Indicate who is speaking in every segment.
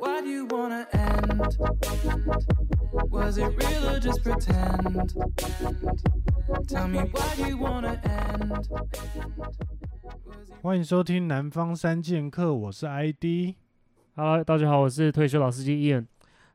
Speaker 1: how'd you wanna end? Was it real or just pretend? Tell me why'd you wanna end? Was it
Speaker 2: 欢迎收听《南方三剑客》，我是 ID。
Speaker 3: Hello，大家好，我是退休老司机 Ian。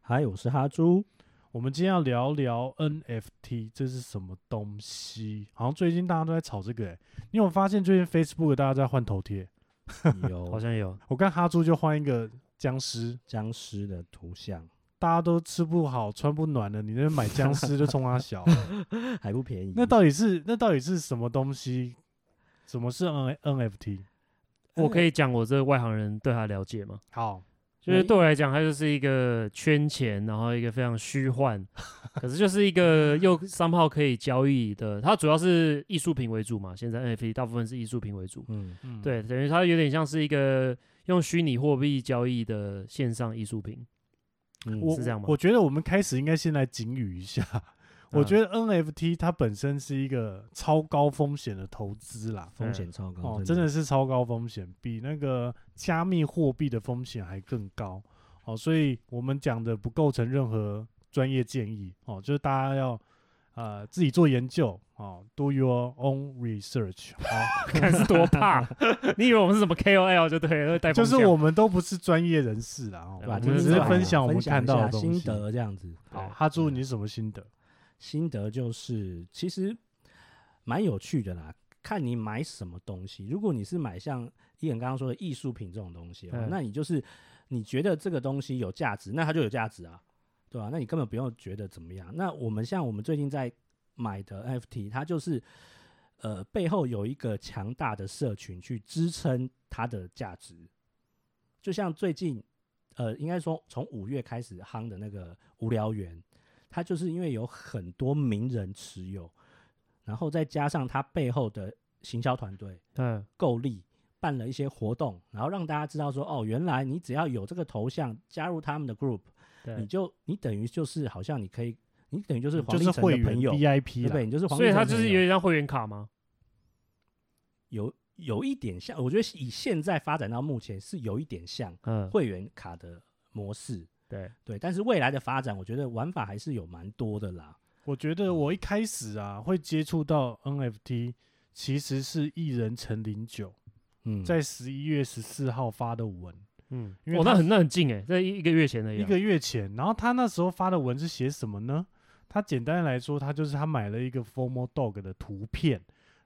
Speaker 4: 嗨，我是 哈猪。
Speaker 2: 我们今天要聊聊 NFT，这是什么东西？好像最近大家都在炒这个、欸，你有发现最近 Facebook 大家在换头贴？
Speaker 3: 好
Speaker 4: 有
Speaker 3: 像有，
Speaker 2: 我看哈猪就换一个僵尸，
Speaker 4: 僵尸的图像，
Speaker 2: 大家都吃不好、穿不暖了，你那边买僵尸就冲他小。
Speaker 4: 还不便宜。
Speaker 2: 那到底是那到底是什么东西？什么是 N NFT？
Speaker 3: 我可以讲我这外行人对他了解吗？
Speaker 2: 好，
Speaker 3: 就是对我来讲，它就是一个圈钱，然后一个非常虚幻，可是就是一个又三号可以交易的。它主要是艺术品为主嘛，现在 NFT 大部分是艺术品为主。
Speaker 4: 嗯，
Speaker 2: 嗯，
Speaker 3: 对，等于它有点像是一个用虚拟货币交易的线上艺术品。
Speaker 4: 嗯
Speaker 2: 我
Speaker 3: 是这样吗
Speaker 2: 我觉得我们开始应该先来警语一下。我觉得 NFT 它本身是一个超高风险的投资啦，
Speaker 4: 风险超高，
Speaker 2: 哦，真的是超高风险，比那个加密货币的风险还更高。哦，所以我们讲的不构成任何专业建议哦，就是大家要呃自己做研究哦，do your own research 哦，
Speaker 3: 看是多怕， 你以为我们是什么 KOL 就对了，带风
Speaker 2: 就是
Speaker 3: 向
Speaker 2: 我们都不是专业人士啦，哦
Speaker 3: 对
Speaker 4: 对吧？
Speaker 2: 我
Speaker 3: 我们
Speaker 2: 们
Speaker 4: 听
Speaker 2: 只
Speaker 4: 众
Speaker 2: 是
Speaker 4: 朋友
Speaker 2: 分享我们
Speaker 4: 分
Speaker 2: 看
Speaker 4: 一
Speaker 2: 到
Speaker 4: 下
Speaker 2: 的东
Speaker 4: 心
Speaker 2: 西。
Speaker 4: 得这样子。
Speaker 2: 好，
Speaker 3: 对
Speaker 2: 哈猪，你是什么心得？
Speaker 4: 心得就是其实蛮有趣的啦，看你买什么东西。如果你是买像伊人刚刚说的艺术品这种东西、哦
Speaker 3: 嗯，
Speaker 4: 那你就是你觉得这个东西有价值，那它就有价值啊，对吧、那你根本不用觉得怎么样。那我们像我们最近在买的 NFT，它就是呃背后有一个强大的社群去支撑它的价值，就像最近。呃，应该说从五月开始夯的那个无聊猿，它就是因为有很多名人持有，然后再加上它背后的行销团队
Speaker 3: 嗯，
Speaker 4: 够力，办了一些活动，然后让大家知道说，哦，原来你只要有这个头像加入他们的 group，你
Speaker 3: 对，
Speaker 4: 就你等于就是好像你可以，你等于就是黄
Speaker 2: 就
Speaker 4: 立
Speaker 2: 是
Speaker 4: 成
Speaker 2: 会
Speaker 4: 的
Speaker 2: 员
Speaker 4: 朋友，
Speaker 2: VIP
Speaker 4: 对不对？
Speaker 2: 啦，
Speaker 4: 你就是黄
Speaker 3: 所
Speaker 4: 立
Speaker 3: 以
Speaker 4: 成的
Speaker 3: 它
Speaker 4: 朋友，
Speaker 3: 就是有点像会员卡吗？
Speaker 4: 有有一点像，我觉得以现在发展到目前是有一点像
Speaker 3: 嗯，
Speaker 4: 会员卡的模式，
Speaker 3: 对，
Speaker 4: 对。但是未来的发展，我觉得玩法还是有蛮多的啦。
Speaker 2: 我觉得我一开始啊会接触到 NFT，其实是艺人陈零九
Speaker 4: 嗯，
Speaker 2: 在十一月十四号发的文，
Speaker 3: 嗯，
Speaker 2: 因为
Speaker 3: 哦，
Speaker 2: 它
Speaker 3: 那很那很近哎，在一一个月前的
Speaker 2: 一个月前。然后他那时候发的文是写什么呢？他简单来说，他就是他买了一个 Formal Dog 的图片，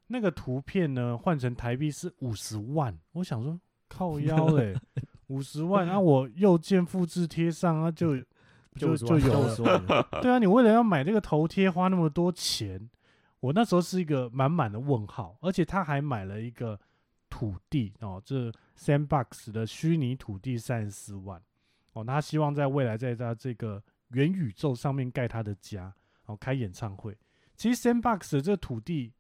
Speaker 2: 那个图片呢换成台币是五十万。我想说靠 腰嘞、五十万，那、啊、我右键复制贴上啊，就就
Speaker 3: 50
Speaker 2: 就
Speaker 3: 万
Speaker 2: 有
Speaker 4: 就
Speaker 2: 了。
Speaker 4: 说了
Speaker 2: 对啊，你为了要买这个头贴花那么多钱，我那时候是一个满满的问号，而且他还买了一个土地哦，这 Sandbox 的虚拟土地三十四万哦，那他希望在未来在他这个元宇宙上面盖他的家，哦，开演唱会。其实 Sandbox 的这个土地，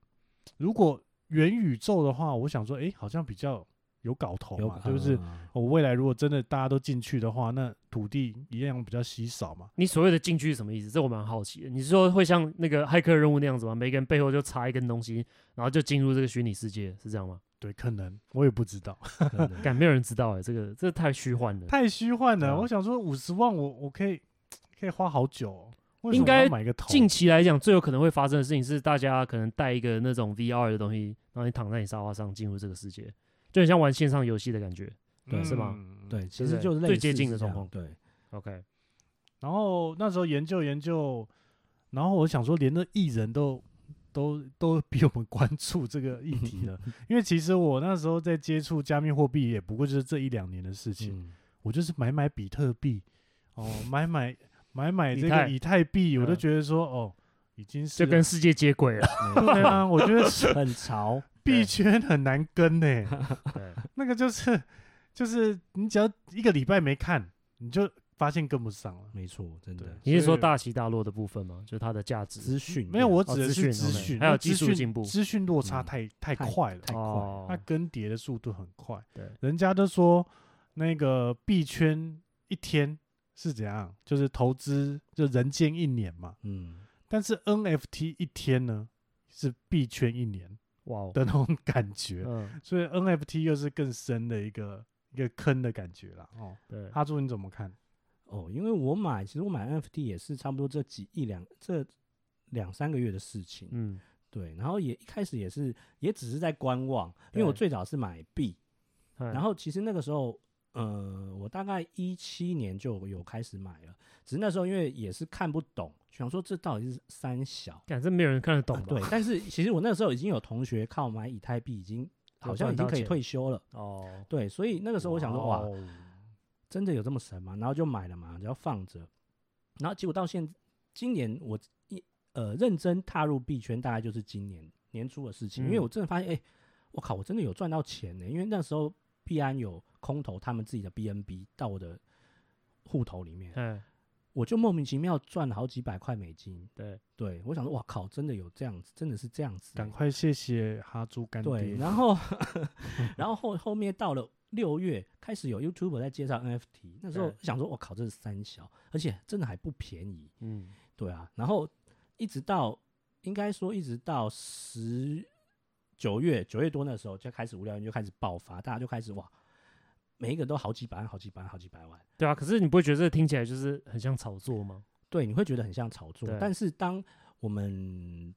Speaker 2: 如果元宇宙的话，我想说，诶，好像比较有搞头
Speaker 4: 有
Speaker 2: 嘛，
Speaker 4: 可
Speaker 2: 对不对？
Speaker 4: 能啊
Speaker 2: 我、未来如果真的大家都进去的话，那土地一样比较稀少嘛。
Speaker 3: 你所谓的禁区是什么意思？这我蛮好奇的。你是说会像那个骇客任务那样子吗？每个人背后就插一根东西，然后就进入这个虚拟世界，是这 样吗？
Speaker 2: 对，可能我也不知道，
Speaker 4: 可能
Speaker 3: 敢没有人知道哎、这个这太虚幻了。
Speaker 2: 太虚幻
Speaker 3: 对
Speaker 2: 了。
Speaker 3: 啊
Speaker 2: 我想说五十万我，我可以可以花好久、哦，为什
Speaker 3: 应
Speaker 2: 么我要
Speaker 3: 该
Speaker 2: 买个头？
Speaker 3: 近期来讲，最有可能会发生的事情是，大家可能带一个那种 VR 的东西，然后你躺在你沙发上进入这个世界，就很像玩线上游戏的感觉。
Speaker 4: 对
Speaker 3: 是吗
Speaker 2: 嗯？
Speaker 4: 对，
Speaker 3: 对
Speaker 4: 其
Speaker 3: 不
Speaker 4: 实
Speaker 3: 对
Speaker 4: 就是类
Speaker 3: 最
Speaker 4: 似
Speaker 3: 接近
Speaker 4: 是
Speaker 3: 的
Speaker 4: 这
Speaker 3: 状
Speaker 4: 样
Speaker 3: 况
Speaker 4: 对，
Speaker 3: OK，
Speaker 2: 然后那时候研究研究，然后我想说，连那艺人都都都比我们关注这个议题 了，因为其实我那时候在接触加密货币，也不过就是这一两年的事情。
Speaker 4: 嗯，
Speaker 2: 我就是买买比特币，哦，买买买买这
Speaker 3: 以
Speaker 2: 个
Speaker 3: 太
Speaker 2: 以太币，我都
Speaker 3: 嗯
Speaker 2: 觉得说，哦，已经是
Speaker 3: 就跟世界 接轨了。
Speaker 2: 对啊，我觉得是
Speaker 4: 很潮，
Speaker 2: 币圈很难跟呢、
Speaker 3: 对，
Speaker 2: 那个就是就是你只要一个礼拜没看，你就发现跟不上
Speaker 3: 嗯
Speaker 2: 了。
Speaker 4: 没错，真
Speaker 2: 对
Speaker 4: 的，
Speaker 3: 你是说
Speaker 2: 所以
Speaker 3: 大起大落的部分吗？就是它的价值
Speaker 4: 资讯
Speaker 2: 没有，我
Speaker 3: 哦
Speaker 2: 指的是
Speaker 3: 资
Speaker 2: 资
Speaker 3: 讯
Speaker 2: 讯，
Speaker 3: 还有
Speaker 2: 那
Speaker 3: 技术
Speaker 2: 资讯
Speaker 3: 进步
Speaker 2: 资讯落差
Speaker 4: 嗯
Speaker 2: 太太快了，
Speaker 4: 太快了，
Speaker 3: 哦
Speaker 2: 它更迭的速度很快。
Speaker 3: 对
Speaker 2: 人家都说那个币圈一天是怎样，就是投资就人间一年嘛，
Speaker 4: 嗯，
Speaker 2: 但是 NFT 一天呢是币圈一年
Speaker 3: 哇哦，
Speaker 2: 的那种感觉，
Speaker 3: 嗯，
Speaker 2: 所以 NFT 又是更深的一个一个坑的感觉啦。哦，
Speaker 3: 对，
Speaker 2: 阿朱你怎么看？
Speaker 4: 哦，因为我买，其实我买 NFT 也是差不多这几一两这两三个月的事情，
Speaker 3: 嗯，
Speaker 4: 对。然后也一开始也是也只是在观望，因为我
Speaker 3: 对
Speaker 4: 最早是买币，
Speaker 3: 然
Speaker 4: 然后其实那个时候，呃，我大概一七年就有开始买了，只是那时候因为也是看不懂，想说这到底是三小，
Speaker 3: 感真没有人看得懂
Speaker 4: 啊
Speaker 3: 吧？
Speaker 4: 对。但是其实我那时候已经有同学靠买以太币，已经好像已经可以退休了，
Speaker 3: 哦，
Speaker 4: 对。所以那个时候我想说，哇，
Speaker 2: 哦，
Speaker 4: 真的有这么神吗？然后就买了嘛，然后放着，然后结果到现今年我一呃认真踏入币圈，大概就是今年年初的事情，因为
Speaker 3: 嗯
Speaker 4: 我真的发现，哎、我靠，我真的有赚到钱呢、因为那时候币安有空投他们自己的 BNB 到我的户头里面，
Speaker 3: 嗯，
Speaker 4: 我就莫名其妙赚了好几百块美金。
Speaker 3: 对，
Speaker 4: 对我想说，哇靠，真的有这样子，真的是这样子欸、
Speaker 2: 赶快谢谢哈猪干爹。
Speaker 4: 对，
Speaker 2: 嗯
Speaker 4: 然后 然后后后面到了六月，开始有 YouTube 在介绍 NFT，那时候
Speaker 3: 对
Speaker 4: 想说，我靠，这是三小，而且真的还不便宜，
Speaker 3: 嗯，
Speaker 4: 对啊。然后一直到应该说一直到十九月九月多那时候，就开始无聊人就开始爆发，大家就开始哇，每一个都好几百万，好几百万，好几百万。
Speaker 3: 对啊。可是你不会觉得这听起来就是很像炒作吗？
Speaker 4: 对，你会觉得很像炒作
Speaker 3: 对。
Speaker 4: 但是当我们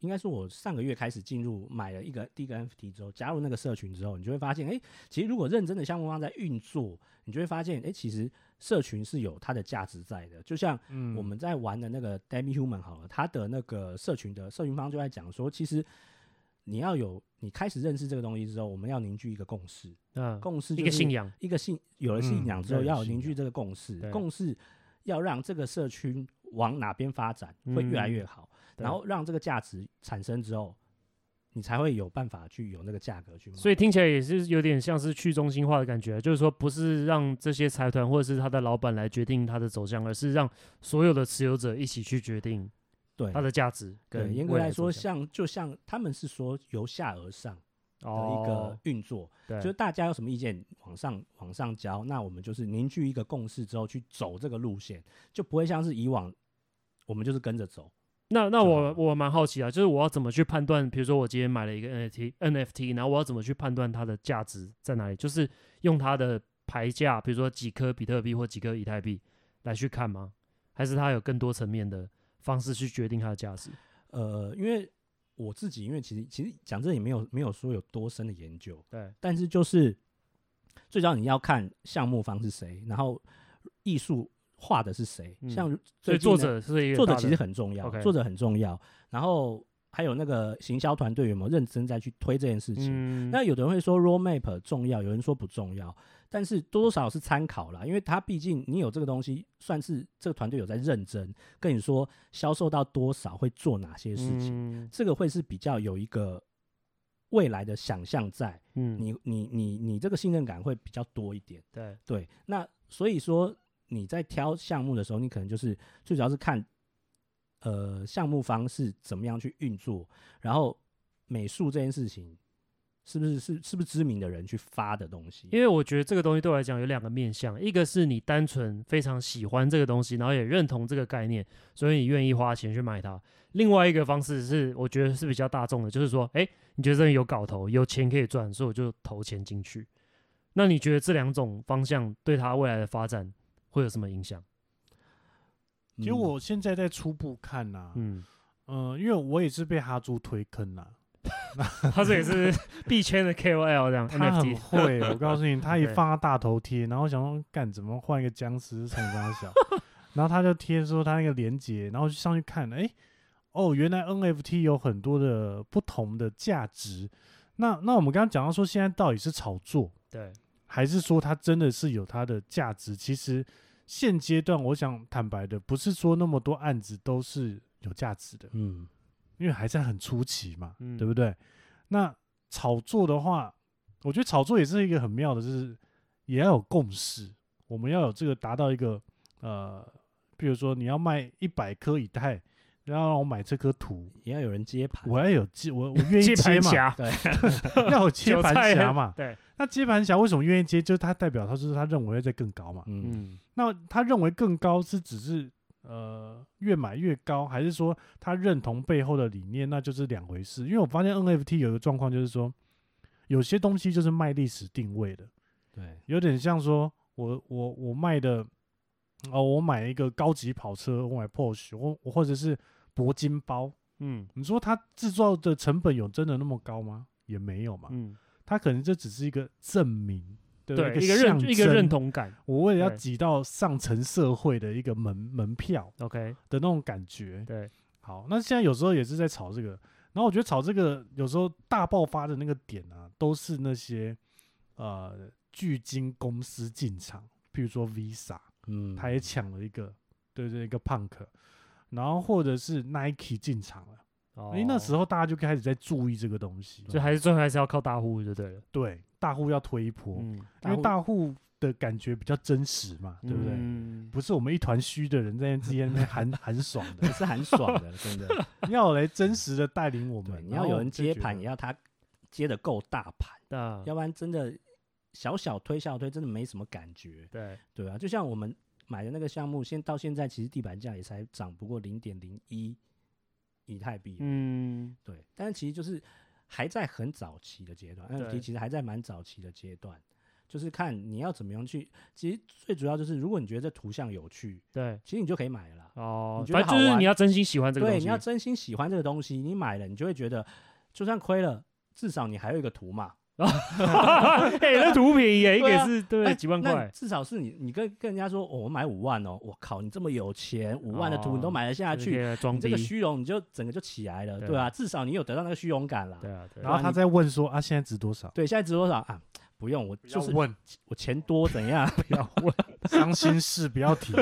Speaker 4: 应该说，我上个月开始进入买了一个第一个 NFT 之后，加入那个社群之后，你就会发现，哎，其实如果认真的项目方在运作，你就会发现，哎，其实社群是有它的价值在的。就像
Speaker 2: 嗯
Speaker 4: 我们在玩的那个 Demi Human 好了，它的那个社群的社群方就在讲说，其实你要有你开始认识这个东西之后，我们要凝聚一个共识，
Speaker 3: 嗯，
Speaker 4: 共识、就
Speaker 3: 一个
Speaker 4: 是、
Speaker 3: 信仰，
Speaker 4: 一个信有了信
Speaker 2: 嗯
Speaker 4: 仰之后，
Speaker 2: 对
Speaker 4: 要有
Speaker 2: 信
Speaker 4: 凝聚
Speaker 2: 仰
Speaker 4: 这个共识
Speaker 3: 对，
Speaker 4: 共识要让这个社区往哪边发展会越来越好，
Speaker 3: 嗯对
Speaker 4: 然后让这个价值产生之后，你才会有办法去有那个价格去卖。
Speaker 3: 所以听起来也是有点像是去中心化的感觉，就是说不是让这些财团或者是他的老板来决定它的走向，而是让所有的持有者一起去决定
Speaker 4: 对
Speaker 3: 它的价值
Speaker 4: 对
Speaker 3: 跟
Speaker 4: 严格
Speaker 3: 未来
Speaker 4: 来
Speaker 3: 的走
Speaker 4: 说，
Speaker 3: 向
Speaker 4: 像就像他们是说由下而上的一个
Speaker 3: 哦，
Speaker 4: 运作，
Speaker 3: 对，
Speaker 4: 就是大家有什么意见往上往上交，那我们就是凝聚一个共识之后去走这个路线，就不会像是以往我们就是跟着走。
Speaker 3: 那那
Speaker 4: 就
Speaker 3: 我
Speaker 4: 好
Speaker 3: 我蛮好奇啊，就是我要怎么去判断？比如说我今天买了一个 NFT NFT，然后我要怎么去判断它的价值在哪里？就是用它的牌价，比如说几颗比特币或几颗以太币来去看吗？还是它有更多层面的方式去决定它的价值？
Speaker 4: 呃，因为我自己，因为其实其实讲这也没有没有说有多深的研究，
Speaker 3: 对，
Speaker 4: 但是就是最早你要看项目方是谁，然后艺术画的是谁，
Speaker 3: 嗯
Speaker 4: 像
Speaker 3: 所
Speaker 4: 最
Speaker 3: 以
Speaker 4: 近
Speaker 3: 作
Speaker 4: 呢
Speaker 3: 者是一个
Speaker 4: 作者
Speaker 3: 大
Speaker 4: 其
Speaker 3: 的
Speaker 4: 实很重要
Speaker 3: OK
Speaker 4: 作者很重要，然后还有那个行销团队有没有认真在去推这件事情。
Speaker 3: 嗯，
Speaker 4: 那有的人会说 roadmap 重要，有人说不重要，但是多多少少是参考啦，因为它毕竟你有这个东西，算是这个团队有在认真跟你说销售到多少会做哪些事情，
Speaker 3: 情，
Speaker 4: 这个会是比较有一个未来的想象在，
Speaker 3: 嗯，
Speaker 4: 你你你你这个信任感会比较多一点。
Speaker 3: 对，
Speaker 4: 对，那所以说你在挑项目的时候，你可能就是最主要是看，呃，项目方是怎么样去运作，然后美术这件事情是不是是是不是知名的人去发的东西？
Speaker 3: 因为我觉得这个东西对我来讲有两个面向，一个是你单纯非常喜欢这个东西，然后也认同这个概念，所以你愿意花钱去买它；另外一个方式是我觉得是比较大众的，就是说，哎，你觉得这个有搞头，有钱可以赚，所以我就投钱进去。那你觉得这两种方向对它未来的发展会有什么影响？
Speaker 2: 其实
Speaker 4: 嗯
Speaker 2: 我现在在初步看呐、
Speaker 3: 嗯，
Speaker 2: 嗯、因为我也是被哈猪推坑啊 啦、
Speaker 3: 他这也是币圈的 KOL 这样
Speaker 2: 他很
Speaker 3: ，NFT
Speaker 2: 会，我告诉你，他一
Speaker 3: 对
Speaker 2: 放他大头贴，然后想说干怎么换一个僵尸冲他 小，然后他就贴说他那个连接，然后就上去看，哎、哦，原来 NFT 有很多的不同的价值。那那我们刚刚讲到说，现在到底是炒作，
Speaker 3: 对，
Speaker 2: 还是说它真的是有它的价值？其实现阶段，我想坦白的，不是说那么多案子都是有价值的，
Speaker 4: 嗯，
Speaker 2: 因为还在很初期嘛，
Speaker 3: 嗯
Speaker 2: 对不对？那炒作的话，我觉得炒作也是一个很妙的，就是也要有共识，我们要有这个达到一个呃，比如说你要卖一百颗以太，然后让我买这颗图，
Speaker 4: 也要有人接盘。
Speaker 2: 我要啊有接，我我愿意接
Speaker 3: 盘
Speaker 2: 嘛，
Speaker 3: 侠，
Speaker 4: 对，
Speaker 2: 要有接
Speaker 3: 韭
Speaker 2: 盘
Speaker 3: 菜
Speaker 2: 侠嘛。
Speaker 3: 对，
Speaker 2: 那接盘侠为什么愿意接？就是他代表他就是他认为会再更高嘛。
Speaker 4: 嗯，
Speaker 3: 嗯，
Speaker 2: 那他认为更高是只是呃越买越高，还是说他认同背后的理念？那就是两回事。因为我发现 NFT 有一个状况就是说，有些东西就是卖历史定位的，
Speaker 4: 对，
Speaker 2: 有点像说我我我卖的哦，我买一个高级跑车，我买 Porsche，我我或者是铂金包，
Speaker 3: 嗯
Speaker 2: 你说它制造的成本有真的那么高吗？也没有嘛，
Speaker 3: 嗯，
Speaker 2: 它可能这只是一个证明，对不
Speaker 3: 对，一
Speaker 2: 一
Speaker 3: 个认一个认
Speaker 2: 同。
Speaker 3: 同感
Speaker 2: 我为了要
Speaker 3: 对
Speaker 2: 挤到上层社会的一个门门票
Speaker 3: ，OK，
Speaker 2: 的那种感觉。
Speaker 3: 对，
Speaker 2: 好，那现在有时候也是在炒这个，然后我觉得炒这个有时候大爆发的那个点啊，都是那些呃巨金公司进场，譬如说 Visa，
Speaker 4: 嗯，
Speaker 2: 他也抢了一个，对对，一个 Punk，然后或者是 Nike 进场了，
Speaker 3: 哦
Speaker 2: 因为那时候大家就开始在注意这个东西，
Speaker 3: 就还是最后还是要靠大户就对了，
Speaker 2: 对大户要推一波，
Speaker 3: 嗯，
Speaker 2: 因为大户的感觉比较真实嘛，对不对？
Speaker 3: 嗯
Speaker 2: 不是我们一团虚的人在那之间那边喊喊爽
Speaker 4: 也
Speaker 2: 的，
Speaker 4: 是很爽的，真的。
Speaker 2: 要来真实的带领我
Speaker 4: 对，
Speaker 2: 们。
Speaker 4: 你要有人接盘，也
Speaker 2: 要
Speaker 4: 要他接的够大盘，
Speaker 3: 那
Speaker 4: 要不然真的小小推小推，真的没什么感觉。
Speaker 3: 对，
Speaker 4: 对啊，就像我们买的那个项目，现到现在其实地板价也才涨不过零点零一以太币，
Speaker 3: 嗯，
Speaker 4: 对，但是其实就是还在很早期的阶段
Speaker 3: 对
Speaker 4: ，NFT 其实还在蛮早期的阶段，就是看你要怎么样去。其实最主要就是，如果你觉得这图像有趣，
Speaker 3: 对，
Speaker 4: 其实你就可以买了啦。
Speaker 3: 哦
Speaker 4: 你，觉得
Speaker 3: 反正
Speaker 4: 好
Speaker 3: 就是
Speaker 4: 玩
Speaker 3: 你要真心喜欢这个东
Speaker 4: 对，
Speaker 3: 西，
Speaker 4: 你要真心喜欢这个东西，你买了，你就会觉得，就算亏了，至少你还有一个图嘛。
Speaker 3: 哎，那毒品也一个
Speaker 4: 对
Speaker 3: 也
Speaker 4: 啊
Speaker 3: 是对
Speaker 4: 哎
Speaker 3: 几万
Speaker 4: 那
Speaker 3: 块，
Speaker 4: 至少是你，你跟跟人家说，哦，我买五万哦，我靠，你这么有钱，五万的图你
Speaker 3: 哦
Speaker 4: 都买得下
Speaker 3: 就是
Speaker 4: 去，
Speaker 3: 可以来装
Speaker 4: 你这
Speaker 3: 逼
Speaker 4: 个，虚荣你就整个就起来了，
Speaker 3: 对
Speaker 4: 对啊，至少你有得到那个虚荣感啦。
Speaker 3: 对啊，对
Speaker 2: 然
Speaker 3: 啊，
Speaker 2: 后他在问说啊，现在值多少？
Speaker 4: 对，现在值多少啊？不用，我
Speaker 2: 就
Speaker 4: 就是 是
Speaker 2: 问
Speaker 4: 我钱多怎样？
Speaker 3: 不要问，
Speaker 2: 伤心事不要提。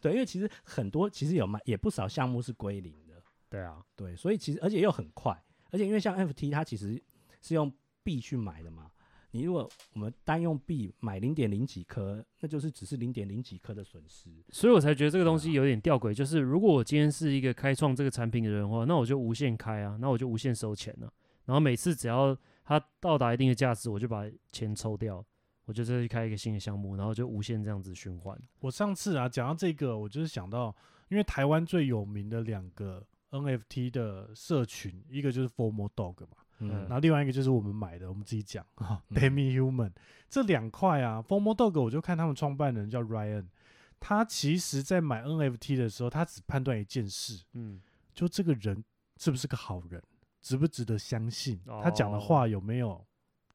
Speaker 4: 对，因为其实很多其实有蛮也不少项目是归零的，
Speaker 3: 对啊，
Speaker 4: 对，所以其实而且又很快，而且因为像 FT 它其实是用币去买的嘛，你如果我们单用币买零点零几颗，那就是只是零点零几颗的损失，
Speaker 3: 所以我才觉得这个东西
Speaker 4: 啊
Speaker 3: 有点吊诡，就是如果我今天是一个开创这个产品的人的话，那我就无限开啊，那我就无限收钱啊，然后每次只要它到达一定的价值，我就把钱抽掉，我就再去开一个新的项目，然后就无限这样子循环。
Speaker 2: 我上次啊讲到这个，我就是想到，因为台湾最有名的两个 NFT 的社群，一个就是 Formal Dog 嘛，
Speaker 3: 嗯
Speaker 2: 然后另外一个就是我们买的，我们自己讲啊 Demi Human 这两块啊，Formal Dog 我就看他们创办人叫 Ryan，他其实在买 NFT 的时候，他只判断一件事，
Speaker 3: 嗯，
Speaker 2: 就这个人是不是个好人，值不值得相信，
Speaker 3: 哦
Speaker 2: 他讲的话有没有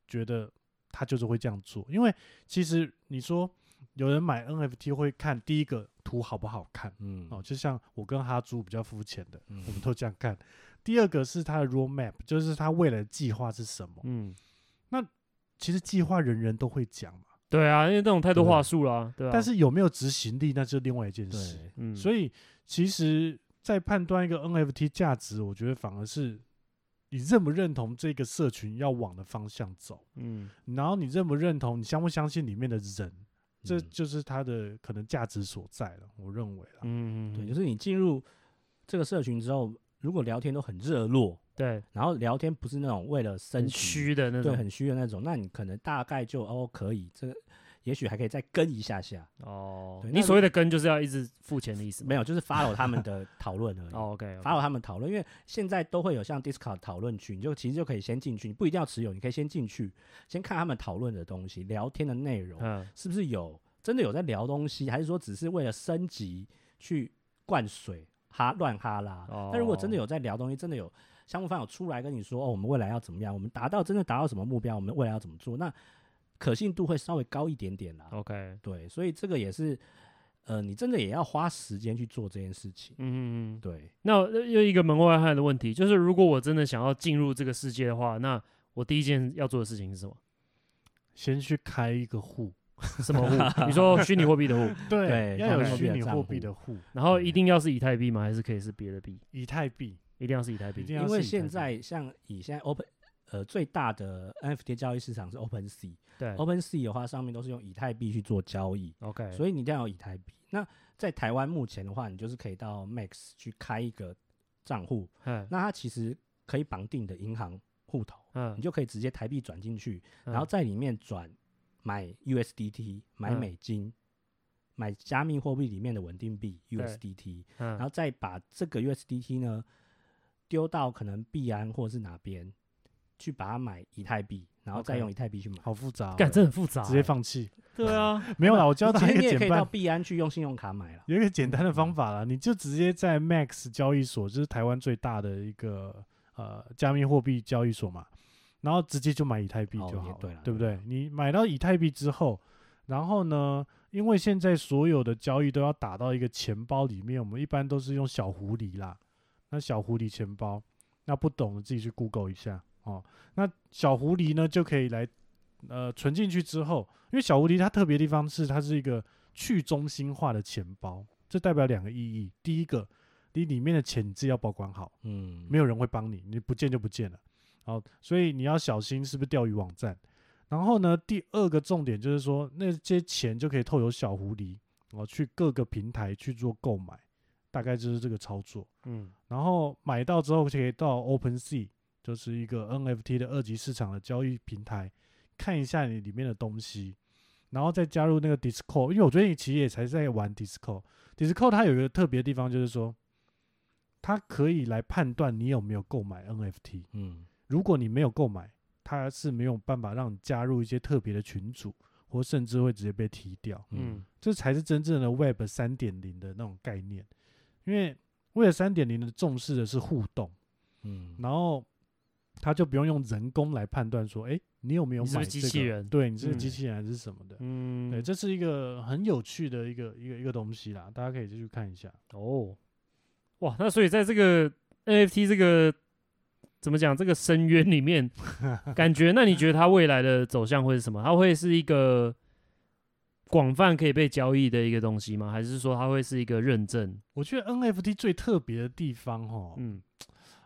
Speaker 2: 觉得他就是会这样做？因为其实你说有人买 NFT 会看第一个图好不好看
Speaker 4: 嗯
Speaker 2: 哦，就像我跟哈猪比较肤浅的，
Speaker 4: 嗯
Speaker 2: 我们都这样看。第二个是他的 roadmap，就是他未来的计划是什么。
Speaker 3: 嗯，
Speaker 2: 其实计划人人都会讲嘛，
Speaker 3: 对啊，因为这种太多
Speaker 2: 对
Speaker 3: 话术啦，对啊，
Speaker 2: 但是有没有执行力那是另外一件事。
Speaker 4: 对，
Speaker 3: 嗯，
Speaker 2: 所以其实，在判断一个 NFT 价值，我觉得反而是你认不认同这个社群要往的方向走，
Speaker 3: 嗯，
Speaker 2: 然后你认不认同，你相不相信里面的人，这
Speaker 4: 嗯
Speaker 2: 就是它的可能价值所在了。我认为啦，
Speaker 3: 嗯嗯，
Speaker 4: 啊对，就是是你进入这个社群之后，如果聊天都很热络，
Speaker 3: 对
Speaker 4: 然后聊天不是那种为了升
Speaker 3: 很
Speaker 4: 级，
Speaker 3: 虚的那
Speaker 4: 对，
Speaker 3: 种，
Speaker 4: 很虚的那种，那你可能大概就哦可以，这个也许还可以再跟一下下，
Speaker 3: 哦，
Speaker 4: 对
Speaker 3: 你
Speaker 4: 那
Speaker 3: 所谓的跟就是要一直付钱的意思吗，
Speaker 4: 没有，就是 follow 他们的讨论而已。
Speaker 3: 哦，OK，
Speaker 4: follow 他们讨论，因为现在都会有像 Discord 讨论区，你就其实就可以先进去，你不一定要持有，你可以先进去，先看他们讨论的东西，聊天的内容
Speaker 3: 嗯，
Speaker 4: 是不是有真的有在聊东西，还是说只是为了升级去灌水哈乱哈啦？
Speaker 2: 哦
Speaker 4: 那如果真的有在聊东西，真的有项目方有出来跟你说哦，我们未来要怎么样，我们达到真的达到什么目标，我们未来要怎么做，那可信度会稍微高一点点啦。
Speaker 2: 哦
Speaker 3: OK，嗯
Speaker 4: 对，所以这个也是，呃，你真的也要花时间去做这件事情。
Speaker 3: 嗯嗯。
Speaker 4: 对，
Speaker 3: 那我又一个门外汉的问题，就是如果我真的想要进入这个世界的话，那我第一件要做的事情是什么？
Speaker 2: 先去开一个户，
Speaker 3: 什么 户？你说虚拟货币的户，
Speaker 4: 对
Speaker 2: 要有
Speaker 3: 开个
Speaker 2: 虚拟
Speaker 4: 账
Speaker 2: 货
Speaker 4: 户
Speaker 2: 币的户，
Speaker 3: 然后一定要是以太币吗？还是可以是别的币？
Speaker 2: 以太币
Speaker 3: 一定要是以太币
Speaker 2: 一。定要
Speaker 4: 因
Speaker 2: 是以
Speaker 4: 为
Speaker 2: 太
Speaker 4: 现
Speaker 2: 币
Speaker 4: 在像以现在 Open 呃最大的 NFT 交易市场是 OpenSea，OpenSea
Speaker 3: 对
Speaker 4: OpenSea 的话上面都是用以太币去做交易，
Speaker 3: ，OK，
Speaker 4: 哦所以你一定要有以太币。那在台湾目前的话，你就是可以到 Max 去开一个账户，
Speaker 3: 嗯
Speaker 4: 那它其实可以绑定你的银行户头，
Speaker 3: 嗯
Speaker 4: 你，就可以直接台币转进去，
Speaker 3: 嗯
Speaker 4: 然后在里面转买 USDT、买
Speaker 3: 嗯
Speaker 4: 美金、买加密货币里面的稳定币
Speaker 3: 对
Speaker 4: USDT，然
Speaker 3: 嗯
Speaker 4: 后再把这个 USDT 呢丢到可能币安或者是哪边去把它买以太币，然后再
Speaker 2: OK
Speaker 4: 用以太币去买。
Speaker 2: 好复杂哦，
Speaker 3: 干这很复杂欸，
Speaker 2: 直接放弃。
Speaker 3: 对 啊，
Speaker 2: 没有啦，我教
Speaker 4: 其
Speaker 2: 大家
Speaker 4: 实
Speaker 2: 一
Speaker 4: 你
Speaker 2: 个
Speaker 4: 也可
Speaker 2: 简
Speaker 4: 以到嗯
Speaker 2: 单，
Speaker 4: 币安去用信用卡买了。
Speaker 2: 有一个简单的方法啦，你就直接在 Max 交易所，就是台湾最大的一个呃加密货币交易所嘛，然后直接就买以太币
Speaker 4: 哦
Speaker 2: 就
Speaker 4: 也
Speaker 2: 好了，
Speaker 4: 对啦
Speaker 2: 不
Speaker 4: 对
Speaker 2: 对？你买到以太币之后，然后呢，因为现在所有的交易都要打到一个钱包里面，我们一般都是用小狐狸啦，那小狐狸钱包，那不懂的自己去 Google 一下哦。那小狐狸呢就可以来呃存进去之后，因为小狐狸它特别的地方是它是一个去中心化的钱包，这代表两个意义。第一个，你里面的钱你自己要保管好，
Speaker 4: 嗯，
Speaker 2: 没有人会帮你，你不见就不见了。好，所以你要小心是不是钓鱼网站。然后呢，第二个重点就是说，那些钱就可以透由小狐狸哦去各个平台去做购买，大概就是这个操作。
Speaker 3: 嗯，
Speaker 2: 然后买到之后可以到 OpenSea，就是一个 NFT 的二级市场的交易平台，看一下你里面的东西，然后再加入那个 Discord，因为我最近其实也才在玩 Discord。Discord 它有一个特别的地方，就是说它可以来判断你有没有购买 NFT。
Speaker 4: 嗯
Speaker 2: 如果你没有购买，它是没有办法让你加入一些特别的群组，或甚至会直接被踢掉。
Speaker 4: 嗯
Speaker 3: 嗯，
Speaker 2: 这才是真正的 Web 三点零的那种概念，因为 Web 三点零的重视的是互动，
Speaker 4: 嗯，
Speaker 2: 然后它就不用用人工来判断说，哎，你有没有
Speaker 3: 你
Speaker 2: 买、
Speaker 3: 是
Speaker 2: 这
Speaker 3: 不
Speaker 2: 个、
Speaker 3: 是机器人
Speaker 2: 对你是不是
Speaker 3: 嗯
Speaker 2: 机器人还是什么的？
Speaker 3: 嗯，
Speaker 2: 对，这是一个很有趣的一个一个一个东西啦，大家可以继续看一下。
Speaker 3: 哦，哇，那所以在这个 NFT 这个怎么讲这个深渊里面，感觉那你觉得它未来的走向会是什么？它会是一个广泛可以被交易的一个东西吗？还是说它会是一个认证？
Speaker 2: 我觉得 NFT 最特别的地方哦，
Speaker 3: 嗯，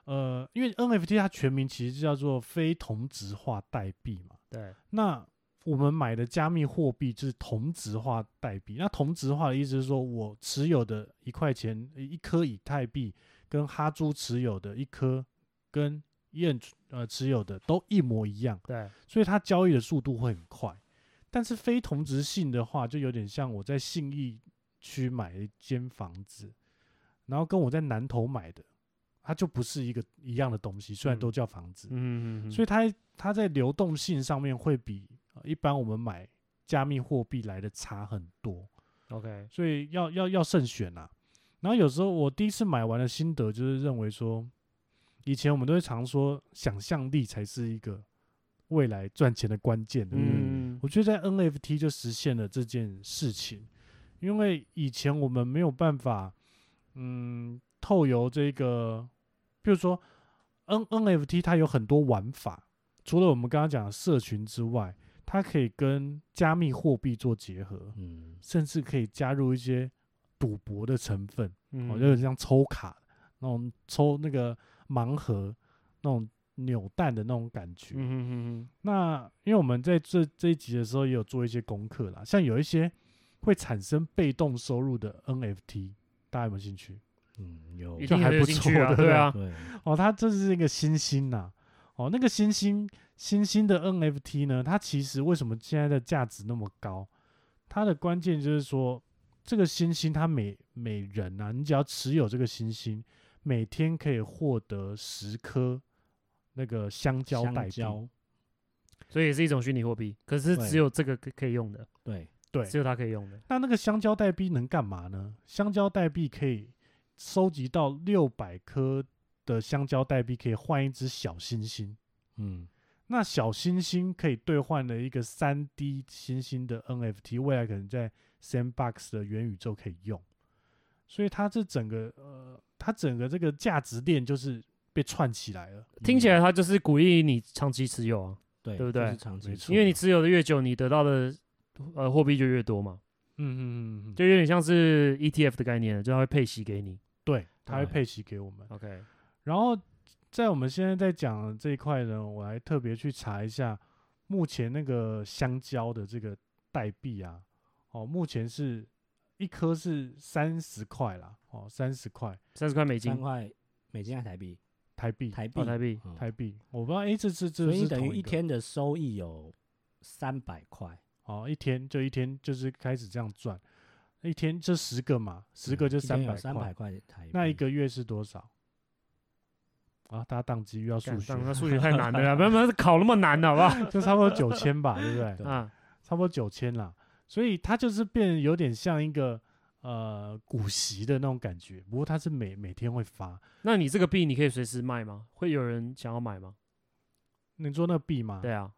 Speaker 2: 呃，因为 NFT 它全名其实叫做非同质化代币嘛，
Speaker 3: 对，
Speaker 2: 那我们买的加密货币就是同质化代币。那同质化的意思是说，我持有的一块钱呃一颗以太币，跟哈猪持有的一颗跟燕呃持有的都一模一样，
Speaker 3: 对，
Speaker 2: 所以它交易的速度会很快。但是非同质性的话，就有点像我在信义区买了一间房子，然后跟我在南投买的，它就不是一个一样的东西，虽然
Speaker 3: 嗯
Speaker 2: 都叫房子。
Speaker 3: 嗯，
Speaker 2: 所以
Speaker 3: 以
Speaker 2: 它它在流动性上面会比、呃一般我们买加密货币来的差很多，
Speaker 3: OK，
Speaker 2: 所以要要要慎选啊。然后有时候我第一次买完的心得就是认为说，以前我们都会常说想象力才是一个未来赚钱的关键，对不对？
Speaker 3: 嗯，
Speaker 2: 我觉得在 NFT 就实现了这件事情，因为以前我们没有办法，嗯，透由这个，比如说 N NFT 它有很多玩法，除了我们刚刚讲的社群之外，它可以跟加密货币做结合，
Speaker 4: 嗯
Speaker 2: 甚至可以加入一些赌博的成分，
Speaker 3: 嗯
Speaker 2: 我、哦、就有点像抽卡那种抽那个盲盒那种扭蛋的那种感觉。
Speaker 3: 嗯哼哼
Speaker 2: 那因为我们在这这一集的时候也有做一些功课啦，像有一些会产生被动收入的 NFT，大家有没有兴趣？
Speaker 4: 嗯，有
Speaker 3: 哼，一
Speaker 2: 就
Speaker 3: 定
Speaker 2: 还
Speaker 3: 很有
Speaker 2: 不
Speaker 3: 兴
Speaker 2: 错
Speaker 3: 趣
Speaker 2: 对
Speaker 3: 啊，
Speaker 2: 不
Speaker 3: 对
Speaker 2: 对
Speaker 3: 啊，
Speaker 4: 对，
Speaker 2: 哦，它这是一个新星呐、哦，那个新星新星的 NFT 呢，它其实为什么现在的价值那么高？它的关键就是说，这个新星它每每人啊，你只要持有这个新星，每天可以获得十颗那个香蕉代
Speaker 4: 香
Speaker 2: 币，
Speaker 4: 蕉，
Speaker 3: 所以也是一种虚拟货币，可是
Speaker 4: 对
Speaker 3: 只有这个可可以用的，
Speaker 4: 对，
Speaker 2: 对，嗯
Speaker 3: 只有它可以用的，
Speaker 2: 那那个香蕉代币能干嘛呢？香蕉代币可以收集到六百颗的香蕉代币，可以换一只小星星。
Speaker 4: 嗯
Speaker 2: 那小星星可以兑换了一个三 D 星星的 NFT，未来可能在 Sandbox 的元宇宙可以用。所以它这整个呃，它整个这个价值链就是被串起来了。
Speaker 3: 听起来它就是鼓励你长期持有啊，
Speaker 4: 对，
Speaker 3: 对不
Speaker 4: 这
Speaker 3: 对
Speaker 4: 是长期
Speaker 2: 没
Speaker 4: 持
Speaker 2: 错
Speaker 3: 因为你
Speaker 4: 有
Speaker 3: 持有的越久，你得到的呃货币就越多嘛，
Speaker 2: 嗯嗯嗯嗯，
Speaker 3: 就有点像是 ETF 的概念，就它会配息给你。
Speaker 2: 对，它会
Speaker 4: 对
Speaker 2: 配息给我们。
Speaker 3: OK，
Speaker 2: 然后在我们现在在讲的这一块呢，我还特别去查一下目前那个香蕉的这个代币啊，哦，目前是一颗是三十块啦，哦，三十块
Speaker 3: 三十块美金
Speaker 4: 三，块美金还台币，
Speaker 2: 台币，
Speaker 4: 台币
Speaker 3: 哦，台币，
Speaker 4: 嗯
Speaker 2: 台币，我不知道，诶，这是这
Speaker 4: 所以
Speaker 2: 是
Speaker 4: 你等
Speaker 2: 同
Speaker 4: 于一
Speaker 2: 个
Speaker 4: 天的收益有三百块，
Speaker 2: 哦，一天就一天就是开始这样赚，一天这
Speaker 4: 嗯
Speaker 2: 十个嘛，十个就三百
Speaker 4: 三
Speaker 2: 块
Speaker 4: 百，块台币，
Speaker 2: 那一个月是多少？啊，大家宕机遇到数
Speaker 3: 干
Speaker 2: 学
Speaker 3: 当，然数学太难了啦，不然不然考那么难了，好不好？
Speaker 2: 就差不多九千吧，对不 对？
Speaker 3: 啊，
Speaker 2: 差不多九千啦，所以它就是变得有点像一个呃股息的那种感觉，不过它是每每天会发。
Speaker 3: 那你这个币你可以随时卖吗？会有人想要买吗？
Speaker 2: 你做那个币吗？
Speaker 3: 对啊，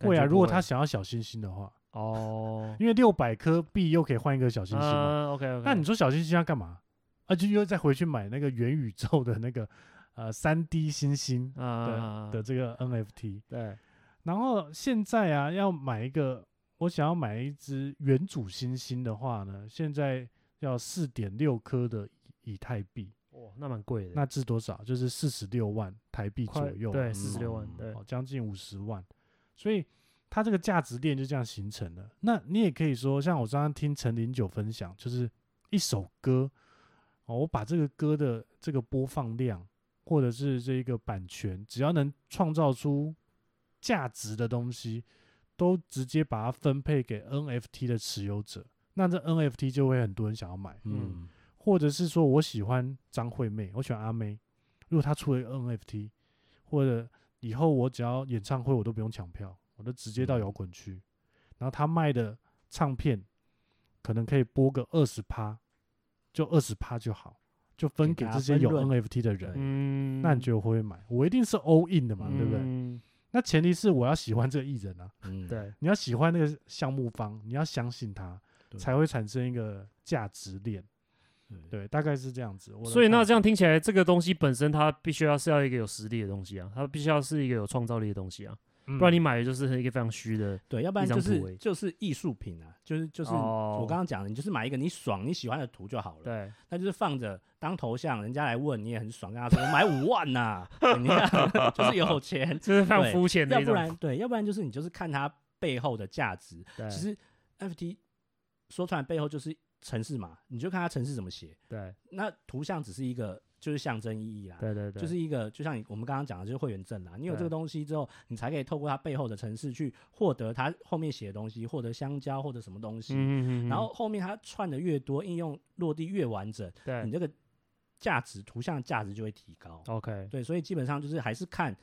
Speaker 2: 会啊，
Speaker 3: 感觉不
Speaker 2: 如果他想要小星星的话， ，
Speaker 3: 哦
Speaker 2: 因为六百颗币又可以换一个小星星嘛。
Speaker 3: 啊，OK OK，
Speaker 2: 那你说小星星要干嘛？啊，就又再回去买那个元宇宙的那个呃三 D 星星
Speaker 3: 啊
Speaker 2: 的的这个 NFT。
Speaker 3: 对
Speaker 2: 然后现在啊，要买一个，我想要买一只元祖星星的话呢，现在要四点六颗的以以太币，
Speaker 3: 哇，那蛮贵的，
Speaker 2: 那至多少就是四十六万台币
Speaker 3: 快
Speaker 2: 左右啊，
Speaker 3: 对，
Speaker 2: 嗯
Speaker 3: 四十六万，对，
Speaker 2: 哦，将近五十万，所以它这个价值链就这样形成了。那你也可以说，像我刚刚听陈零九分享，就是一首歌，哦，我把这个歌的这个播放量，或者是这一个版权，只要能创造出价值的东西，都直接把它分配给 NFT 的持有者，那这 NFT 就会很多人想要买。
Speaker 4: 嗯，
Speaker 2: 或者是说我喜欢张惠妹，我喜欢阿妹，如果她出了一个 NFT，或者以后我只要演唱会我都不用抢票，我都直接
Speaker 3: 嗯
Speaker 2: 到摇滚区，然后她卖的唱片可能可以播个二十趴，就二十趴就好，就分给
Speaker 4: 给大
Speaker 2: 这
Speaker 4: 家
Speaker 2: 些
Speaker 4: 分
Speaker 2: 有
Speaker 4: 润
Speaker 2: NFT 的人。
Speaker 3: 嗯，
Speaker 2: 那你觉得我会不会买？我一定是 all in 的嘛，对不对？
Speaker 3: 嗯
Speaker 2: 那前提是我要喜欢这个艺人啊，
Speaker 4: 嗯，
Speaker 3: 对，
Speaker 2: 你要喜欢那个项目方，你要相信他，
Speaker 4: 对
Speaker 2: 才会产生一个价值链。
Speaker 4: 对
Speaker 2: 对，大概是这样子。我的
Speaker 3: 所以那
Speaker 2: 看
Speaker 3: 这样听起来，这个东西本身它必须要是要一个有实力的东西啊，它必须要是一个有创造力的东西啊，
Speaker 2: 不
Speaker 3: 不
Speaker 4: 嗯
Speaker 3: 然你买的就是一个非常虚的。
Speaker 4: 对，要不然
Speaker 3: 一张
Speaker 4: 就
Speaker 3: 图而已
Speaker 4: 是就是艺术品啊，就是就是
Speaker 3: 哦
Speaker 4: 我刚刚讲的，你就是买一个你爽你喜欢的图就好 了，
Speaker 3: 对，
Speaker 4: 那就是放着当头像，人家来问你也很爽，跟他说我买五万 呐，你看就是有钱，
Speaker 3: 这是非常
Speaker 4: 对
Speaker 3: 肤浅的
Speaker 4: 要
Speaker 3: 一
Speaker 4: 不
Speaker 3: 种。
Speaker 4: 然对，要不然就是你就是看它背后的价值，
Speaker 3: 对
Speaker 4: 其实 FT 说出来背后就是城市嘛，你就看它城市怎么写，
Speaker 3: 对
Speaker 4: 那图像只是一个就是象征意义啦，
Speaker 3: 对对对，
Speaker 4: 就是一个，就像你我们刚刚讲的，就是会员证啦。你有这
Speaker 3: 对
Speaker 4: 个东西之后，你才可以透过它背后的城市去获得它后面写的东西，获得香蕉或者什么东西。
Speaker 3: 嗯
Speaker 4: 然后后面它串的越多，应用落地越完整，你
Speaker 3: 对
Speaker 4: 这个价值图像价值就会提高。
Speaker 3: ，OK，
Speaker 4: 对，所以基本上就是还是看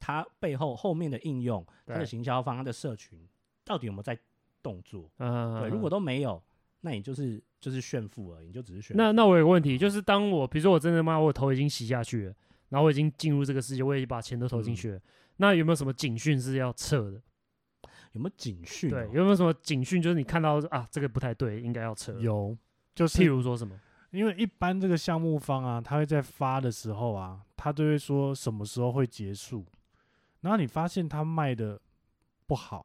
Speaker 4: 它背后后面的应用、它的
Speaker 3: 对
Speaker 4: 行销方、它的社群到底有没有在动作。
Speaker 3: 嗯，
Speaker 4: 对，如果
Speaker 3: 都
Speaker 4: 都没有，那你就是就是炫富而已，你就只是炫富。
Speaker 3: 那那我有个问题，就是当我比如说我真的妈我头已经洗下去了，然后我已经进入这个世界，我已经把钱都投
Speaker 4: 嗯
Speaker 3: 进去了，那有没有什么警讯是要撤的？
Speaker 4: 有没有警讯哦、
Speaker 3: 对，有没有什么警讯就是你看到啊这个不太对，应该要撤？，
Speaker 2: 有，就
Speaker 3: 譬
Speaker 2: 是
Speaker 3: 如说什 么？
Speaker 2: 因为一般这个项目方啊，他会在发的时候啊，他都会说什么时候会结束，然后你发现他卖的不好，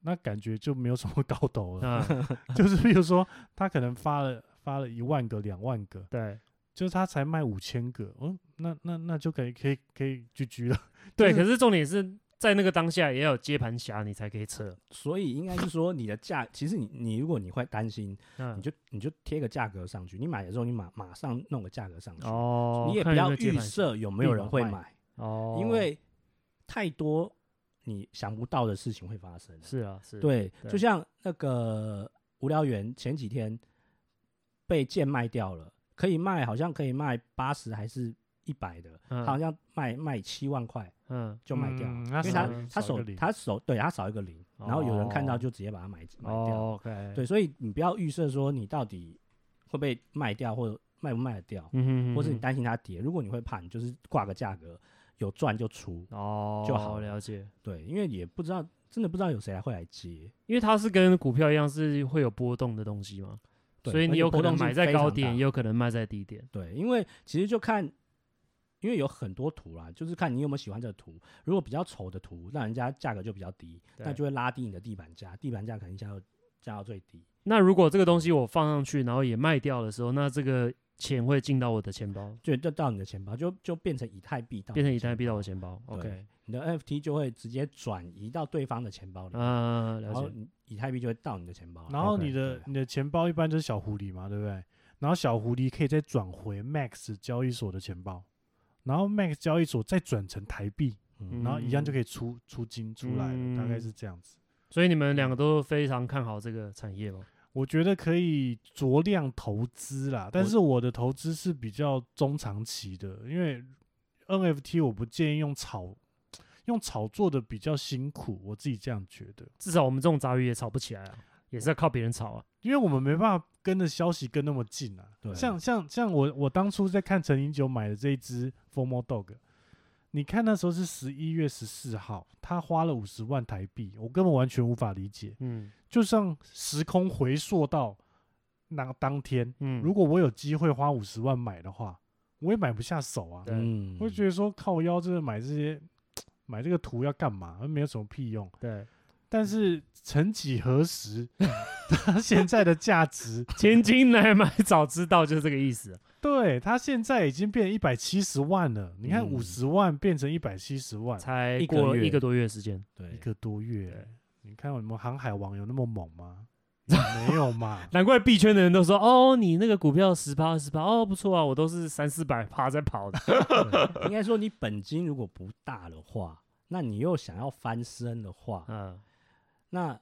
Speaker 2: 那感觉就没有什么搞头了。
Speaker 3: 啊，
Speaker 2: 就是比如说，他可能发了发了一万个、两万个，
Speaker 3: 对
Speaker 2: 就是他才卖五千个，嗯，那那那就可以可以可以 GG 了。
Speaker 3: 对，
Speaker 2: 就
Speaker 4: 嗯
Speaker 3: 可是重点是在那个当下也要有接盘侠，你才可以撤。
Speaker 4: 所以应该是说你的价，其实你你如果你会担心，
Speaker 3: 嗯
Speaker 4: 你，就你就贴个价格上去，你买的时候你马马上弄个价格上去，
Speaker 3: 哦，
Speaker 4: 你也不
Speaker 3: 看有
Speaker 4: 要
Speaker 3: 没有接
Speaker 4: 预
Speaker 3: 盘侠
Speaker 4: 设有没有人会
Speaker 2: 立马
Speaker 4: 买，
Speaker 3: 哦，
Speaker 4: 因为太多你想不到的事情会发生。
Speaker 3: 是啊，是，
Speaker 4: 对，
Speaker 3: 对
Speaker 4: 就像那个无聊猿前几天被贱卖掉了，可以卖，好像可以卖八十还是一百的，
Speaker 3: 嗯
Speaker 4: 他好像卖卖七万块
Speaker 3: 嗯，
Speaker 4: 就卖掉了，
Speaker 2: 嗯
Speaker 4: 因为
Speaker 2: 少
Speaker 4: 他
Speaker 3: 少
Speaker 2: 个
Speaker 3: 一
Speaker 4: 他手
Speaker 2: 零
Speaker 4: 他手对他少一个零，然后有人看到
Speaker 3: 哦
Speaker 4: 就直接把它买买掉。
Speaker 3: 哦，OK，，
Speaker 4: 对，所以你不要预设说你到底会被卖掉或者卖不卖得掉，
Speaker 3: 嗯哼
Speaker 4: 或是你担心它跌。如果你会怕，你就是挂个价格，有赚就出。
Speaker 3: 哦
Speaker 4: 就好
Speaker 3: 了解，
Speaker 4: 对，因为也不知道，真的不知道有谁来会来接。
Speaker 3: 因为它是跟股票一样是会有波动的东西嘛，
Speaker 4: 对
Speaker 3: 所以
Speaker 4: 而
Speaker 3: 你
Speaker 4: 且
Speaker 3: 有可
Speaker 4: 波
Speaker 3: 能
Speaker 4: 动性
Speaker 3: 买在
Speaker 4: 非
Speaker 3: 高
Speaker 4: 常
Speaker 3: 点，
Speaker 4: 大
Speaker 3: 也有可能卖在低点。
Speaker 4: 对，因为其实就看，因为有很多图啦，就是看你有没有喜欢这个图。如果比较丑的图，那人家价格就比较低，那
Speaker 3: 对
Speaker 4: 就会拉低你的地板价，地板价可能一下就降到最低。
Speaker 3: 那如果这个东西我放上去，然后也卖掉的时候，那这个钱会进到我的钱包，
Speaker 4: 就就到你的钱包，就就变成以太币到你
Speaker 3: 变成
Speaker 4: 的
Speaker 3: 以太
Speaker 4: 啊钱
Speaker 3: 币到我
Speaker 4: 包
Speaker 3: 钱包。OK，
Speaker 4: 对你的 NFT 就会直接转移到对方的钱包里面。
Speaker 3: 嗯，了
Speaker 4: 然后
Speaker 3: 解。
Speaker 4: 你以太币就会到你的钱包来。
Speaker 2: 然后
Speaker 3: OK，
Speaker 2: 你的
Speaker 4: 对
Speaker 2: 你的钱包一般就是小狐狸嘛，对不对？然后小狐狸可以再转回 Max 交易所的钱包，然后 Max 交易所再转成台币，
Speaker 4: 嗯
Speaker 2: 然后一样
Speaker 3: 嗯
Speaker 2: 就可以出出金出来了，大概
Speaker 3: 嗯
Speaker 2: 是这样子。
Speaker 3: 所以你们两个都非常看好这个产业吗？
Speaker 2: 我觉得可以酌量投资啦，但
Speaker 4: 我
Speaker 2: 是我的投资是比较中长期的，因为 NFT 我不建议用炒，用炒作的比较辛苦，我自己这样觉得，
Speaker 3: 至少我们这种杂鱼也炒不起来啊，也是要靠别人炒啊。
Speaker 2: 因为我们没办法跟着消息跟那么近啊。
Speaker 4: 对
Speaker 2: 像像像我我当初在看陈英九买的这一只 Formal Dog，你看那时候是十一月十四号，他花了五十万台币，我根本完全无法理解。
Speaker 3: 嗯
Speaker 2: 就像时空回溯到那当天，
Speaker 3: 嗯，
Speaker 2: 如果我有机会花五十万买的话，我也买不下手啊。
Speaker 3: 对
Speaker 4: 嗯
Speaker 2: 我就觉得说靠腰，这个买这些买这个图要干嘛？没有什么屁用。
Speaker 3: 对，
Speaker 2: 但是曾几何时，
Speaker 4: 嗯
Speaker 2: 它现在的价 值，
Speaker 3: 千金难买早知道就是这个意思。啊
Speaker 2: 对它现在已经变一百七十万了。你看
Speaker 4: 嗯
Speaker 2: 五十万变成一百七十万，
Speaker 3: 才
Speaker 4: 一个
Speaker 3: 过了
Speaker 4: 月
Speaker 3: 一个多月时间，
Speaker 4: 对
Speaker 2: 一个多月
Speaker 3: 对。。
Speaker 2: 你看我们航海王有那么猛 吗？也没有嘛
Speaker 3: 难怪币圈的人都说哦，你那个股票十趴二十趴，哦不错啊，我都是三四百趴在跑的。
Speaker 4: 应该说你本金如果不大的话，那你又想要翻身的话，
Speaker 3: 嗯，
Speaker 4: 那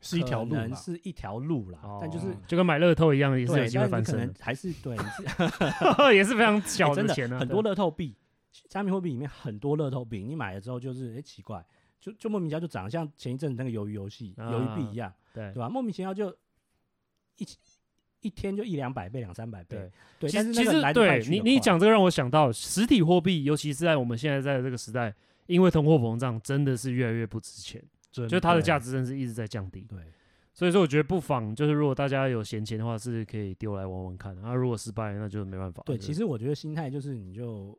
Speaker 2: 是一条路
Speaker 4: 可能
Speaker 2: 啦哦
Speaker 4: 是一条路啦。但就是
Speaker 3: 啊就跟买乐透一样，也是有
Speaker 4: 对，
Speaker 3: 机会
Speaker 4: 但
Speaker 3: 翻
Speaker 4: 你可
Speaker 3: 身
Speaker 4: 能
Speaker 3: 的，
Speaker 4: 还是对，你 是
Speaker 3: 也是非常小
Speaker 4: 欸真的
Speaker 3: 钱啊，
Speaker 4: 很多
Speaker 3: 的
Speaker 4: 乐透币，加密货币里面很多乐透币，你买了之后就是哎、欸奇怪，就就莫名其妙就涨，像前一阵子那个鱿鱼游戏、鱿鱼币一样，
Speaker 3: 啊对
Speaker 4: 对。吧、莫名其妙就一起一天就一两百倍、两三百倍，对。
Speaker 3: 其
Speaker 4: 但
Speaker 3: 实
Speaker 4: 是
Speaker 3: 其
Speaker 4: 那个
Speaker 3: 实
Speaker 4: 来得快
Speaker 3: 对
Speaker 4: 去
Speaker 3: 你
Speaker 4: 得
Speaker 3: 你
Speaker 4: 快
Speaker 3: 讲这个让我想到实体货币，尤其是在我们现在在这个时代，因为通货膨胀真的是越来越不值钱，
Speaker 2: 真
Speaker 3: 就它的
Speaker 4: 对
Speaker 3: 价值真是一直在降低。
Speaker 4: 对，
Speaker 3: 所以说，我觉得不妨就是如果大家有闲钱的话，是可以丢来玩玩看。啊，如果失败，那就没办法。
Speaker 4: 对，
Speaker 3: 就
Speaker 4: 其实我觉得心态就是你就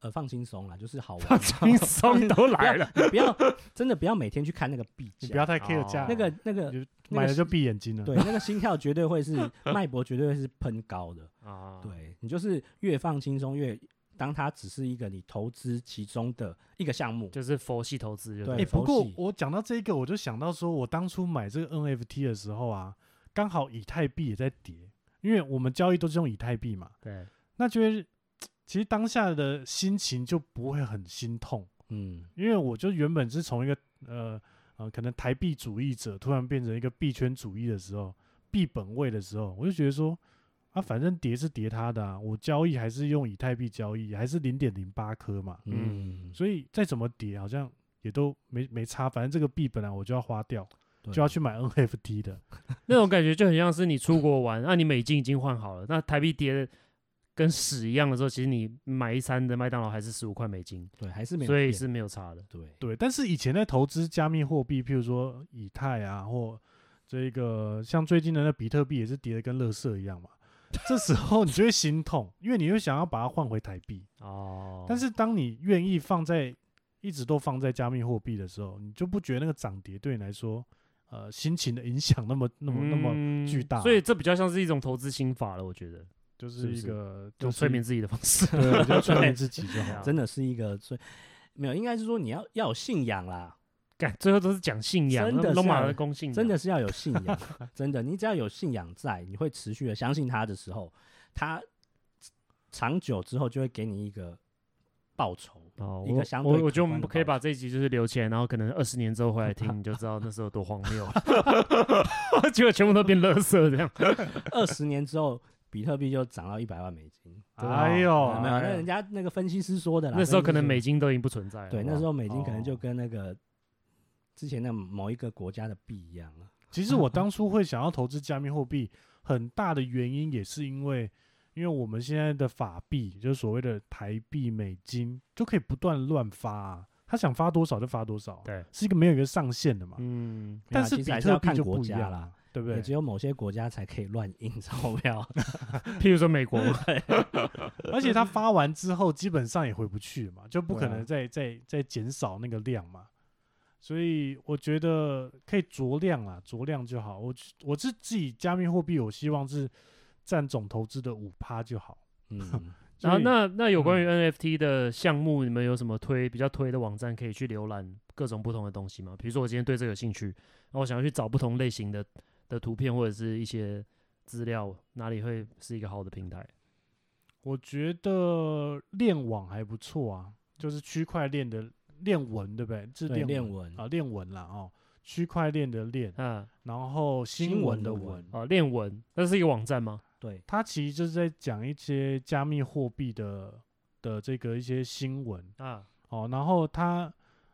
Speaker 4: 呃放轻松啦，就是好玩，
Speaker 3: 放轻松都来 了，
Speaker 4: 你不要真的不要每天去看那个币
Speaker 2: 你不要
Speaker 4: 价，
Speaker 2: 太 care
Speaker 3: 哦
Speaker 2: 价，
Speaker 4: 那个那个
Speaker 2: 你就
Speaker 4: 那
Speaker 2: 买
Speaker 4: 个
Speaker 2: 了就
Speaker 4: 是
Speaker 2: 闭眼睛 了。
Speaker 4: 对那个心跳绝对会是脉搏绝对会是喷高的，
Speaker 3: 啊，
Speaker 4: 对你就是越放轻松越。当它只是一个你投资其中的一个项目，
Speaker 3: 就是佛系投资，
Speaker 2: 哎、
Speaker 4: 对
Speaker 2: 不
Speaker 4: 佛
Speaker 2: 过
Speaker 4: 系
Speaker 2: 我讲到这个，我就想到说，我当初买这个 NFT 的时候啊，刚好以太币也在跌，因为我们交易都是用以太币嘛，
Speaker 3: 对
Speaker 2: 那觉得其实当下的心情就不会很心痛，
Speaker 4: 嗯，
Speaker 2: 因为我就原本是从一个呃呃可能台币主义者，突然变成一个币圈主义的时候，币本位的时候，我就觉得说。啊，反正跌是跌它的啊，我交易还是用以太币交易，还是零点零八颗嘛，
Speaker 4: 嗯，
Speaker 2: 所以再怎么跌，好像也都没没差。反正这个币本来啊我就要花掉，
Speaker 4: 对
Speaker 2: 就要去买 NFT 的。
Speaker 3: 那种感觉就很像是你出国玩，啊那、你美金已经换好了，那台币跌的跟屎一样的时候，其实你买一餐的麦当劳还是十五块美金，
Speaker 4: 对，还是没有
Speaker 3: 所以
Speaker 4: 变
Speaker 3: 是没有差的。
Speaker 4: 对
Speaker 2: 对，但是以前在投资加密货币，譬如说以太啊，或这个像最近的那比特币也是跌的跟垃圾一样嘛。这时候你就会心痛，因为你会想要把它换回台币。
Speaker 3: 哦，
Speaker 2: 但是当你愿意放在一直都放在加密货币的时候，你就不觉得那个涨跌对你来说，呃，心情的影响那么那么那么，
Speaker 3: 嗯
Speaker 2: 巨
Speaker 4: 啊
Speaker 2: 大
Speaker 3: 所以这比较像是一种投资心法了，我觉得
Speaker 2: 就是是
Speaker 3: 不
Speaker 2: 一
Speaker 3: 是
Speaker 2: 个就
Speaker 3: 用
Speaker 2: 是
Speaker 3: 催眠自己的方式。
Speaker 2: 对，就催眠自己就好。
Speaker 4: 真的是一个最没有，应该是说你要要有信仰啦，
Speaker 3: 干，最后都是讲信仰，
Speaker 4: 真的是
Speaker 3: 龙马
Speaker 4: 啊
Speaker 3: 的公信仰
Speaker 4: 真的是要有信仰，真的，你只要有信仰在，你会持续的相信他的时候，他长久之后就会给你一个报酬。
Speaker 3: 哦，
Speaker 4: 一
Speaker 3: 我
Speaker 4: 个相对
Speaker 3: 我我
Speaker 4: 可
Speaker 3: 觉得我
Speaker 4: 观
Speaker 3: 们
Speaker 4: 的
Speaker 3: 可以
Speaker 4: 报
Speaker 3: 把这一集就是留起来，然后可能二十年之后回来 听，你就知道那时候有多荒谬 了，结果全部都变垃圾这
Speaker 4: 啊
Speaker 3: 样。
Speaker 4: 二十年之后，比特币就涨到一百万美金，
Speaker 2: 哎呦，
Speaker 3: 哦
Speaker 4: 有没有？
Speaker 2: 哎
Speaker 4: 那人家那个分析师说的啦。
Speaker 3: 那时候
Speaker 4: 分析
Speaker 3: 可能
Speaker 4: 师
Speaker 3: 美金都已经不存在了。
Speaker 4: 对，那时候美金可能
Speaker 2: 哦
Speaker 4: 就跟那个之前的某一个国家的币一样啊了。
Speaker 2: 其实我
Speaker 3: 嗯
Speaker 2: 当初会想要投资加密货币，很大的原因也是因为，因为我们现在的法币，就是所谓的台币、美金，就可以不断乱发、啊，他想发多少就发多少啊、
Speaker 3: 对
Speaker 2: 是一个没有一个上限的嘛。
Speaker 3: 嗯，
Speaker 2: 但
Speaker 4: 没有啊
Speaker 2: 是
Speaker 4: 其
Speaker 2: 比
Speaker 4: 实还是
Speaker 2: 特
Speaker 4: 要
Speaker 2: 币
Speaker 4: 看
Speaker 2: 就
Speaker 4: 国
Speaker 2: 不一
Speaker 4: 家
Speaker 2: 样
Speaker 4: 啦，，
Speaker 2: 对不
Speaker 4: 也
Speaker 2: 对
Speaker 4: 只？有某些国家才可以乱印钞 票。
Speaker 3: 譬如说美国，
Speaker 2: 而且他发完之后，基本上也回不去了嘛，就不
Speaker 4: 对
Speaker 2: 可
Speaker 4: 啊
Speaker 2: 能再、再再减少那个量嘛。所以我觉得可以酌量啦，酌量就好。我我是自己加密货币，我希望是占总投资的五趴就好。
Speaker 4: 嗯，
Speaker 2: 所以
Speaker 3: 然后啊那那有关于 NFT 的项目，你们有什么推比较推的网站可以去浏览各种不同的东西吗？比如说我今天对这个有兴趣，然后我想要去找不同类型的的图片或者是一些资料，哪里会是一个好的平台？
Speaker 2: 我觉得链网还不错啊，就是区块链的链文，对不对？是
Speaker 4: 对，
Speaker 2: 链
Speaker 4: 练文
Speaker 2: 啊，链文啦哦，区块链的链，
Speaker 3: 嗯，
Speaker 2: 然后新
Speaker 4: 新
Speaker 2: 闻
Speaker 4: 闻
Speaker 2: 的
Speaker 4: 的
Speaker 2: 文
Speaker 4: 文，
Speaker 3: 哦，练文，那是一个网站吗？
Speaker 4: 对，
Speaker 2: 它其实就是在讲一些加密货币的的这个一些新闻
Speaker 3: 啊，
Speaker 2: 哦，然后他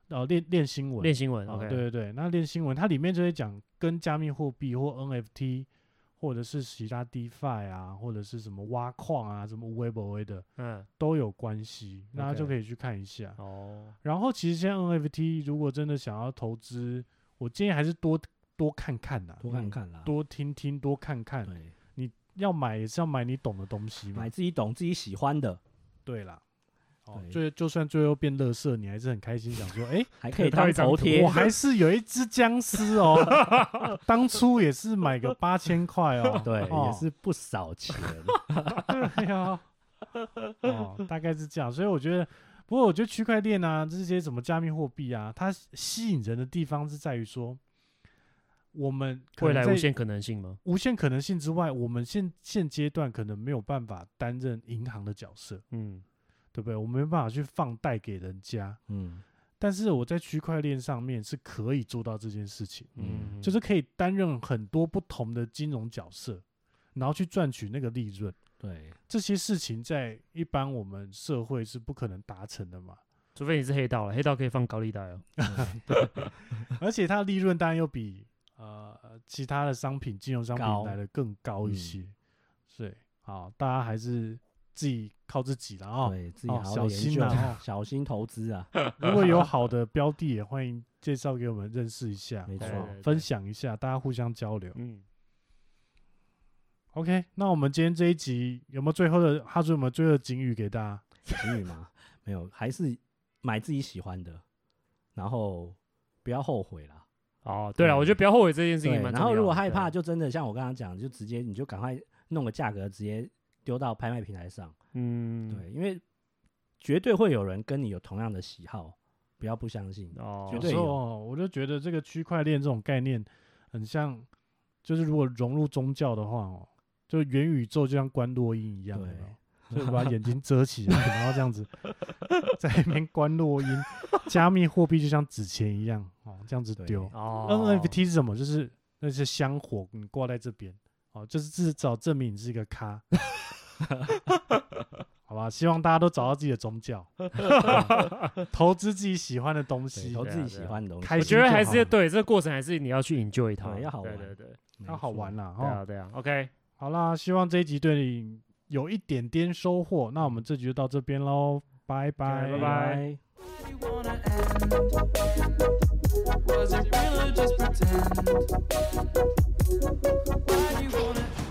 Speaker 2: 哦练练新闻，
Speaker 3: 练新闻
Speaker 2: 哦
Speaker 3: ，OK，
Speaker 2: 对对对，那练新闻它里面就会讲跟加密货币或 NFT 或者是其他 DeFi 啊，或者是什么挖矿啊，什么无微不微的
Speaker 3: 嗯，
Speaker 2: 都有关系，那就
Speaker 3: OK
Speaker 2: 可以去看一下。
Speaker 3: 哦，
Speaker 2: 然后其实现在 NFT 如果真的想要投资，我建议还是多多看看呐、
Speaker 4: 多看看啦，
Speaker 2: 多听听，多看看。
Speaker 4: 对，
Speaker 2: 要买也是要买你懂的东西嘛
Speaker 4: 买。自己懂、自己喜欢的，
Speaker 2: 对啦，哦，
Speaker 4: 对
Speaker 2: 最就算最后变乐色，你还是很开心，想说，哎、
Speaker 4: 还 可
Speaker 3: 得
Speaker 4: 以
Speaker 3: 到
Speaker 4: 当
Speaker 3: 一张
Speaker 4: 头
Speaker 3: 图
Speaker 4: 贴
Speaker 2: 我。还是有一只僵尸哦，当初也是买个八千块哦，
Speaker 4: 对，
Speaker 2: 哦
Speaker 4: 也是不少钱。
Speaker 2: 对
Speaker 3: 啊
Speaker 2: 呀、 哦，大概是这样，所以我觉得，不过我觉得区块链啊，这些什么加密货币啊，它吸引人的地方是在于说，我们可
Speaker 3: 未
Speaker 2: 能
Speaker 3: 来
Speaker 2: 在
Speaker 3: 无限可能性吗？
Speaker 2: 无限可能性之外，我们现现阶段可能没有办法担任银行的角色，
Speaker 3: 嗯，
Speaker 2: 对不对？我们没办法去放贷给人家，
Speaker 4: 嗯，
Speaker 2: 但是我在区块链上面是可以做到这件事情。
Speaker 3: 嗯，
Speaker 2: 就是可以担任很多不同的金融角色，然后去赚取那个利润。
Speaker 4: 对，
Speaker 2: 这些事情在一般我们社会是不可能达成的嘛，
Speaker 3: 除非你是黑道了，黑道可以放高利贷哦。
Speaker 2: 而且它的利润当然又比呃其他的商品、金融商品
Speaker 4: 高
Speaker 2: 来的更高一
Speaker 4: 嗯
Speaker 2: 些，所以好，大家还是自己靠自己了啊、
Speaker 4: 对自己好
Speaker 2: 哦小
Speaker 4: 好研
Speaker 2: 心
Speaker 4: 究
Speaker 2: 啊哦，
Speaker 4: 小心投资啊。
Speaker 2: 哦如果有好的标的，也欢迎介绍给我们认识一下，
Speaker 4: 没
Speaker 2: 好不
Speaker 4: 错
Speaker 2: 好
Speaker 3: 对对对
Speaker 2: 分享一下，大家互相交流。
Speaker 3: 嗯，
Speaker 2: OK，那我们今天这一集有没有最后的哈主有没有最后的警语给大家？
Speaker 4: 情侣吗？ 没有，还是买自己喜欢的，然后不要后悔啦。
Speaker 3: 哦，对了，我觉得不要后悔这件事
Speaker 4: 对，
Speaker 3: 情蛮重
Speaker 4: 然
Speaker 3: 要的。
Speaker 4: 后如果害怕，
Speaker 3: 对，啊
Speaker 4: 就真的像我刚刚讲，就直接你就赶快弄个价格，直接丢到拍卖平台上。
Speaker 3: 嗯，
Speaker 4: 对，因为绝对会有人跟你有同样的喜好，不要不相信。
Speaker 3: 哦，
Speaker 4: 绝
Speaker 2: 有
Speaker 4: 对
Speaker 2: 时
Speaker 4: 有
Speaker 2: 候哦我就觉得这个区块链这种概念很像，就是如果融入宗教的话哦，就元宇宙就像观落音一样，有没有所以我把眼睛遮起来，然后这样子在那边观落音。加密货币就像纸钱一样哦，这样子
Speaker 4: 对
Speaker 2: 丢。
Speaker 3: 哦
Speaker 2: NFT 是什么？就是那些香火，你挂在这边哦，就是至少证明你是一个咖。好吧，希望大家都找到自己的宗教，哦投资自己喜欢的东
Speaker 4: 对，
Speaker 2: 西
Speaker 4: 投，自
Speaker 3: 对啊
Speaker 4: 己喜
Speaker 3: 对啊
Speaker 4: 欢的东西，
Speaker 2: 开
Speaker 3: 我
Speaker 2: 心
Speaker 3: 觉
Speaker 2: 就
Speaker 3: 得
Speaker 2: 好
Speaker 3: 还是对这个过程，还是你要去 enjoy 它，
Speaker 4: 对要好玩
Speaker 3: 对对对，
Speaker 4: 没
Speaker 2: 那好
Speaker 4: 错
Speaker 2: 玩啦
Speaker 3: 对
Speaker 2: 哈。
Speaker 3: 啊对啊，OK，
Speaker 2: 好啦，希望这一集对你有一点点收获。那我们这集就到这边喽，拜拜，
Speaker 3: 拜拜。
Speaker 1: Why you wanna end? Was it real or just pretend? Why you wanna end?